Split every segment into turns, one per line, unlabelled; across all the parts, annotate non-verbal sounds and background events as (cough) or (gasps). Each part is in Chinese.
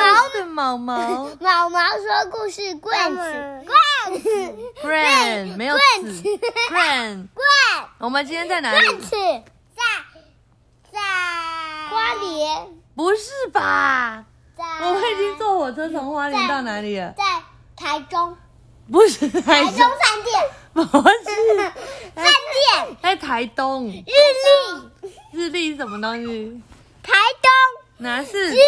毛毛
毛毛说故事罐子，罐子，
，Gran 没有
棍
子
子
Gran。
罐
我们今天在哪
罐
里？
子，在在花莲，
不是吧？
在
我们已经坐火车从花莲到哪里了？
在台中，
不是台
台中
中，
饭店，
不是
饭店
在台东。
日历，
日历是什么东西？
台东
哪是
日？历，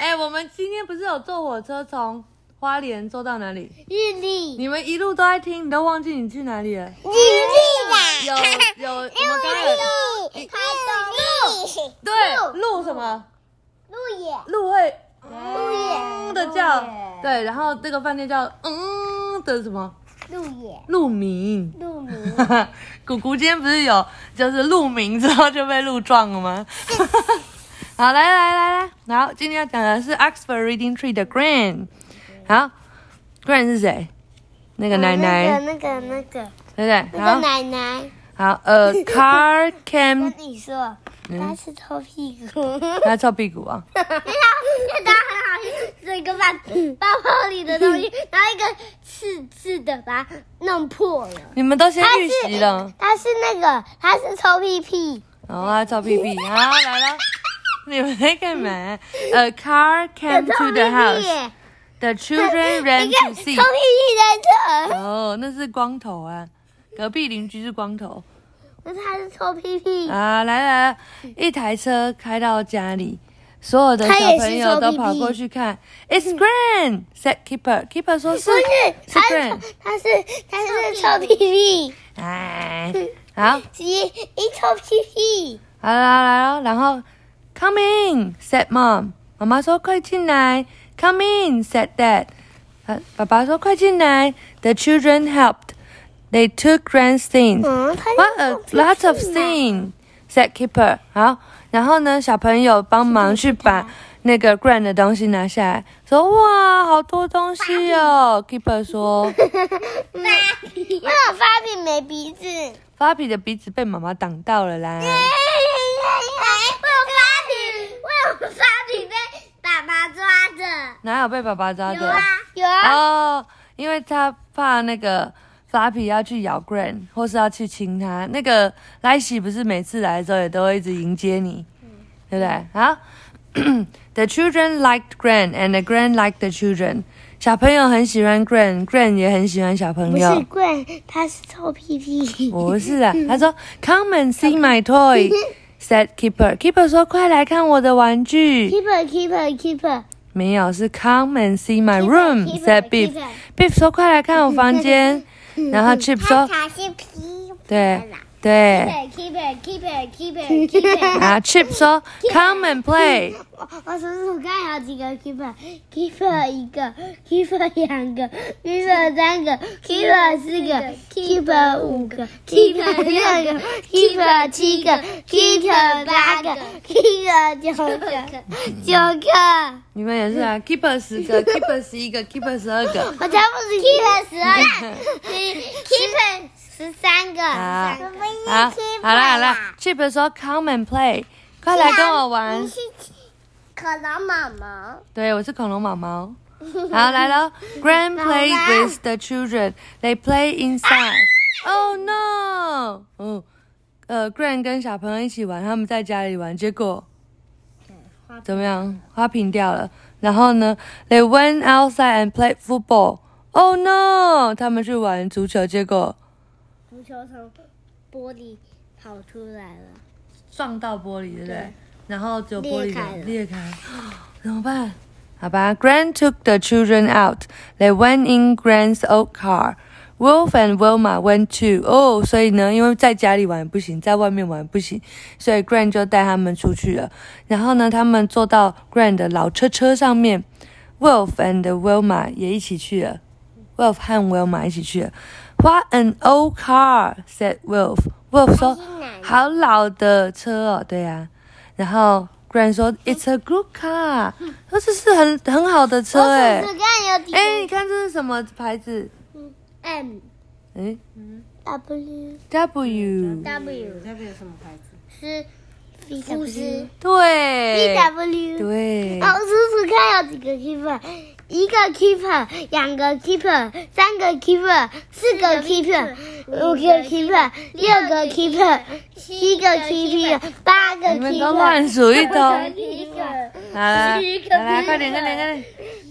哎、我们今天不是有坐火车从花莲坐到哪里？
日历，
你们一路都在听，你都忘记你去哪里了？
日历啦，
有有，我们刚刚有
日历，台东路，
对鹿什么
路野，
鹿会
路野，
嗯的叫，对，然后这个饭店叫嗯的什么
路野，
鹿鸣。 (laughs)
路名。
姑姑今天不是有就是鹿鸣之后就被鹿撞了
(laughs)
吗？好，来来来来，然后今天要讲的是 Oxford Reading Tree 的 Gran。好，Gran 是谁？那个奶奶，
那个那个
对不
那
对？
个那个
好，
奶奶
好，A 呃 car
(laughs)
came，
跟你说，她是臭屁股，
嗯他臭屁股啊！
她她很好意思，整个把把包里的东西，
嗯
然后一个刺刺的把它弄破了。
你们都先
她
预习了
是。她是那个她是臭屁屁，
然后他照屁屁，然后啊来了，你们在干嘛？A car
有
came
臭
to
屁
the
屁
house.
耶，
The children
一
ran
个
to
臭屁屁
see.
在这，
哦，那是光头啊，隔壁邻居是光头
那她是臭屁屁，
啊！来来了，一台车开到家里，所有的小朋友都跑过去看。It's grand, said keeper. Keeper 说是
不是
是
她是
grand。
她是她是臭屁屁，
哎，好，
一一臭屁屁。
好了好了来了，然后 come in said mom，妈妈说快进来，come in said dad，啊爸爸说快进来，the children helped。They took grand things.
嗯他就
What a
放屁
lot of
嘛
things, said keeper. 好，然后呢，小朋友帮忙去把那个 grand 的东西拿下来，说哇，好多东西哦。keeper 说，
(laughs) 芭比，那芭比没鼻子。哎
芭比的鼻子被妈妈挡到了啦。
我有芭比，我有芭比被爸爸抓着。
哪有被爸爸抓
有
的
啊？，
(laughs)
有啊。
哦，因为他怕那个 Flappy 要去咬 Gran，或是要去亲他。那个莱西不是每次来的时候也都会一直迎接你，对不对？好 (clears throat) ，The children liked Gran, and the Gran liked the children. 小朋友很喜欢 Gran，Gran 也很喜欢小朋友。
棍，它是臭屁屁。
不是啊，他说 Come and see my toy, said Keeper. Keeper 说快来看我的玩具。
Keeper keeper keeper，
没有，是 come and see my
Keep it,
room
keep it,
said
keep
Biff。Biff 说快来看我房间，然后 Chip 说
它是屁。
对对，
Keeper keeper keeper keeper。
啊 Chip 说 come and play，
我我数数看有几个 keeper，keeper 一个，keeper 两个，keeper 三个，keeper 四个，keeper 五个，keeper 六个，keeper 七个，keeper 八个，keeper 九个，九个，
你们也是啊，Keeper 十个，Keeper 十一个，Keeper 十二个，
我才不是 keeper 十二，keeper 十三个，
啊啊，好啦好啦，Chip 说 come and play，快来跟我玩。
可能妈妈，
对，我是恐龙毛毛。好，来了。Grand
毛
played with the children. They play inside. Oh no！嗯，呃，Grand 跟小朋友一起玩，他们在家里玩，结果怎么样？花瓶掉了。然后呢？They went outside and played football. Oh no！他们去玩足球，结果
足球从玻璃跑出来了。
撞到玻璃，对不对？然后只有玻璃
裂开了
裂开，怎么办？好吧，Gran took the children out. They went in Gran's old car. Wolf and Wilma went too. 哦、所以呢，因为在家里玩也不行，在外面玩也不行，所以 Gran 就带他们出去了。然后呢，他们坐到 Gran 的老车车上面，Wolf and Wilma 也一起去了。Wolf 和 Wilma 一起去了。What an old car," said Wolf. Wolf 说：“好老的车哦。”对呀、然后 Gran 说：“It's a good car。”说这是很很好的车哎、
我数数看有几
哎、
个
你看这是什么牌子？
M
哎
W
，W
W 嗯
那边有什么牌子？
是 E V 巫师
对，
，BW。
哎对，
好，哦数数看有几个 keeper，一个 keeper，两个 keeper，三个 keeper，四个 keeper，五个 keeper，六个 keeper，七个 keeper，八个
你
keeper，
们都乱数一通。来
keeper，
来
十个
来来，快点快点快点，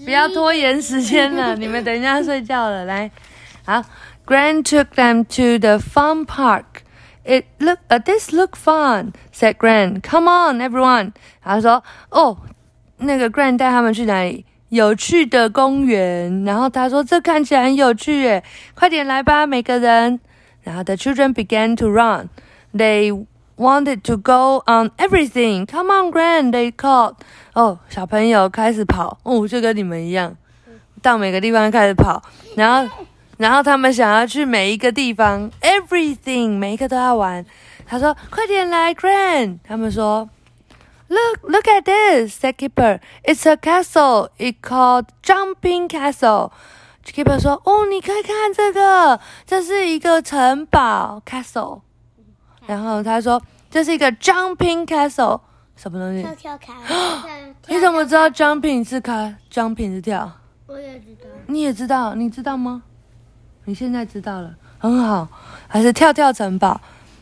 不要拖延时间了，你们等一下睡觉了。来，好，Gran took them to the fun park. It look, uh, this look fun," said Gran. "Come on, everyone." 然后说，哦，那个 Gran 带他们去哪里？有趣的公园。然后他说，这看起来很有趣耶，快点来吧，每个人。然后 the children began to run. They wanted to go on everything. Come on, Gran, they called. 哦，小朋友开始跑，哦，就跟你们一样，到每个地方开始跑，然后，然后他们想要去每一个地方，everything，每一个都要玩。他说：“快点来，Gran。”他们说：“Look, look at this,” said Keeper. "It's a castle. It called Jumping Castle." Keeper 说：“哦，你看看这个，这是一个城堡 castle。”然后他说：“这是一个 Jumping Castle，什么东西？”
跳跳卡，
(gasps) 你怎么知道 jumping 是卡，jumping 是跳？
我也知道。
你也知道，你知道吗？你现在知道了，很好。还是跳跳城堡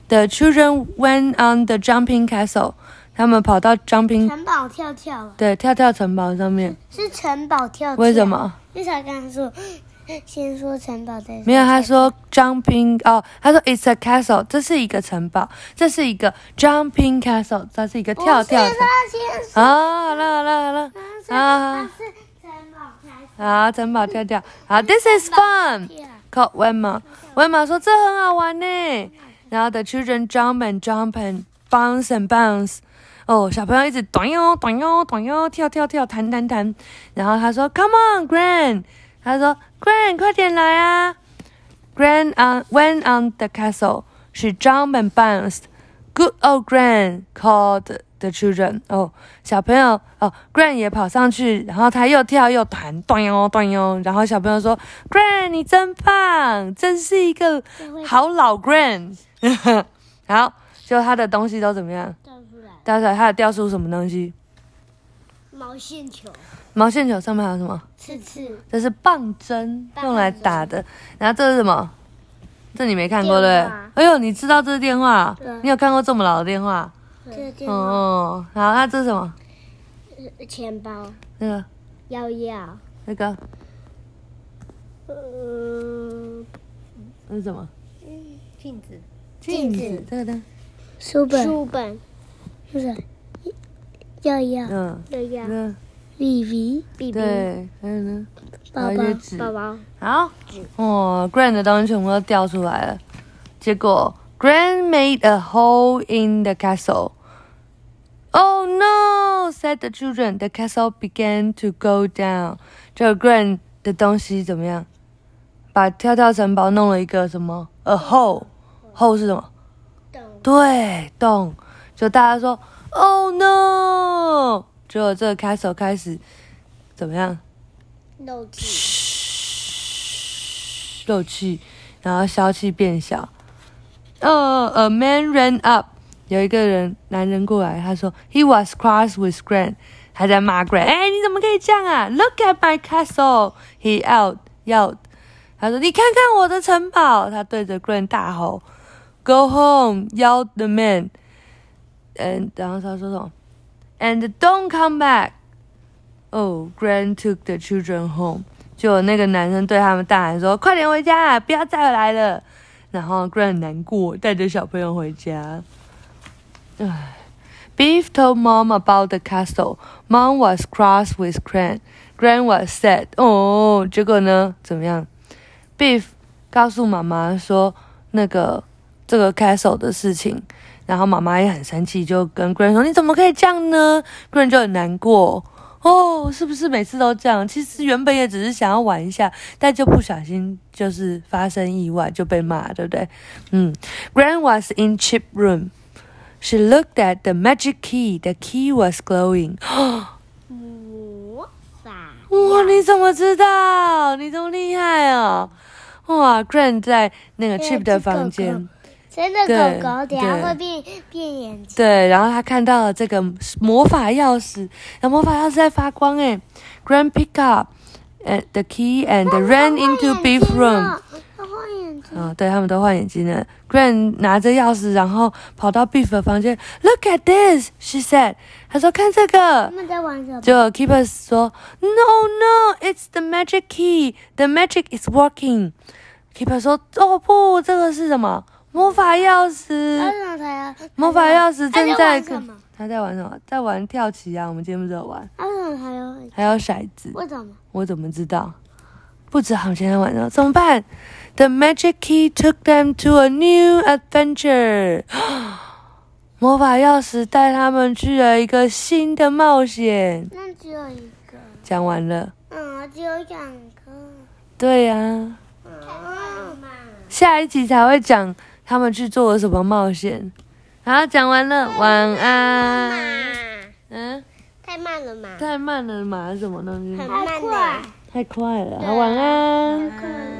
？The children went on the jumping castle。他们跑到 jumping
城堡跳跳啊，
对跳跳城堡上面，
是城堡跳跳。
为什？么？
为啥刚刚说 (coughs) 先说城堡再说？
没有，他说 jumping 哦，他说 it's a castle，这是一个城堡，这是一个 jumping castle，这是一个跳跳城
不是。他先说
好，好了好了好了啊
他是城堡开始
好，城堡跳跳，好，this is fun。
跳。
called Wenma. Wenma 说这很好玩呢。然后 the children jump and jump and bounce and bounce。哦，小朋友一直短哟短哟短哟跳跳跳弹弹弹。然后他说 Come on, Gran。他说 Gran 快点来啊。Gran on went on the castle. She jumped and bounced. Good old Gran called the children. 哦，小朋友哦，Gran 也跑上去，然后他又跳又弹，咚哟咚哟。然后小朋友说：“Gran，你真棒，真是一个好老 Gran。” (laughs) 好，就他的东西都怎么样？
掉出来，
掉出来，他有掉出什么东西？
毛线球，
毛线球上面还有什么？
刺刺，
这是棒针
棒针
用来打的，然后这是什么？这你没看过对
电
不
话
对？哎呦，你知道这是电话
对？
你有看过这么老的电话？
这电话，
哦，好，那这是什么？
钱包，
那个
腰药，
那个
呃
嗯，
那是什么？
镜子，
镜子
这个灯，
书本，
书本，
不是，腰药，
嗯，
对呀
那，个
B B，
B B，
对，还有呢，
包
还有一些纸，
宝宝，
好，哦，Grand 的东西全部都掉出来了。结果 Grand made a hole in the castle. Oh no! said the children. The castle began to go down. 这个 Grand 的东西怎么样？把跳跳城堡弄了一个什么？a hole。hole 是什么？
懂，
对，洞。就大家说，Oh no！结果这个 castle 开始怎么样？
漏气，
嘘漏气，然后消气变小。呃、a man ran up，有一个人男人过来，他说 He was cross with Gran，他在骂 Gran，哎、你怎么可以这样啊？Look at my castle，he out yelled，他说你看看我的城堡，他对着 Gran 大吼，Go home，yelled the man，嗯，然后他说什么？And don't come back。哦，Gran took the children home。就那个男生对他们大喊说：“快点回家、啊，不要再来了。”然后 Gran 难过，带着小朋友回家。唉，Beef told mom about the castle. Mom was cross with Gran. Gran was sad. 哦，结果呢？怎么样？Beef 告诉妈妈说那个这个 castle 的事情，然后妈妈也很生气，就跟 Gran 说：“你怎么可以这样呢？”Gran 就很难过。哦，是不是每次都这样？其实原本也只是想要玩一下，但就不小心就是发生意外就被骂，对不对？嗯，Gran was in cheap room. She looked at the magic key. The key was glowing.
魔法，
哇，你怎么知道？你这么厉害哦！哇，Gran 在那个 Chip 的房间，
真的
对
狗狗等下
对
会变变眼睛。
对，然后他看到了这个魔法钥匙，然后魔法钥匙在发光哎，Gran pick up and the key
(gasps)
and ran into beef room。
它换眼睛了，
嗯，对他们都换眼睛了。Gran 拿着钥匙，然后跑到 Beef 的房间，Look at this，she said。他说看这
他
个，
们在玩什么？
结果 Keeper 说，No no，it's the magic key，the magic is working。Keeper 说，哦不，这个是什么？魔法钥
他
匙。
怎么才要？
魔法钥匙正
嗯在
在
玩什么？
他在玩什么？在玩跳棋啊！我们今天不是有玩，
他怎么才有？
还有骰子。
为什么？
我怎么知道？不知道我今天晚上怎么办？The magic key took them to a new adventure 。 (gasps) 魔法钥匙带他们去了一个新的冒险。
那只有一个，
讲完了，
嗯，只有两个。
对呀、
嗯，
下一集才会讲他们去做了什么冒险。好，讲完了，晚安。
啊，
嗯，
太慢了嘛，嗯
太慢了嘛，什么东西？
很慢的。
太快了，晚安。
快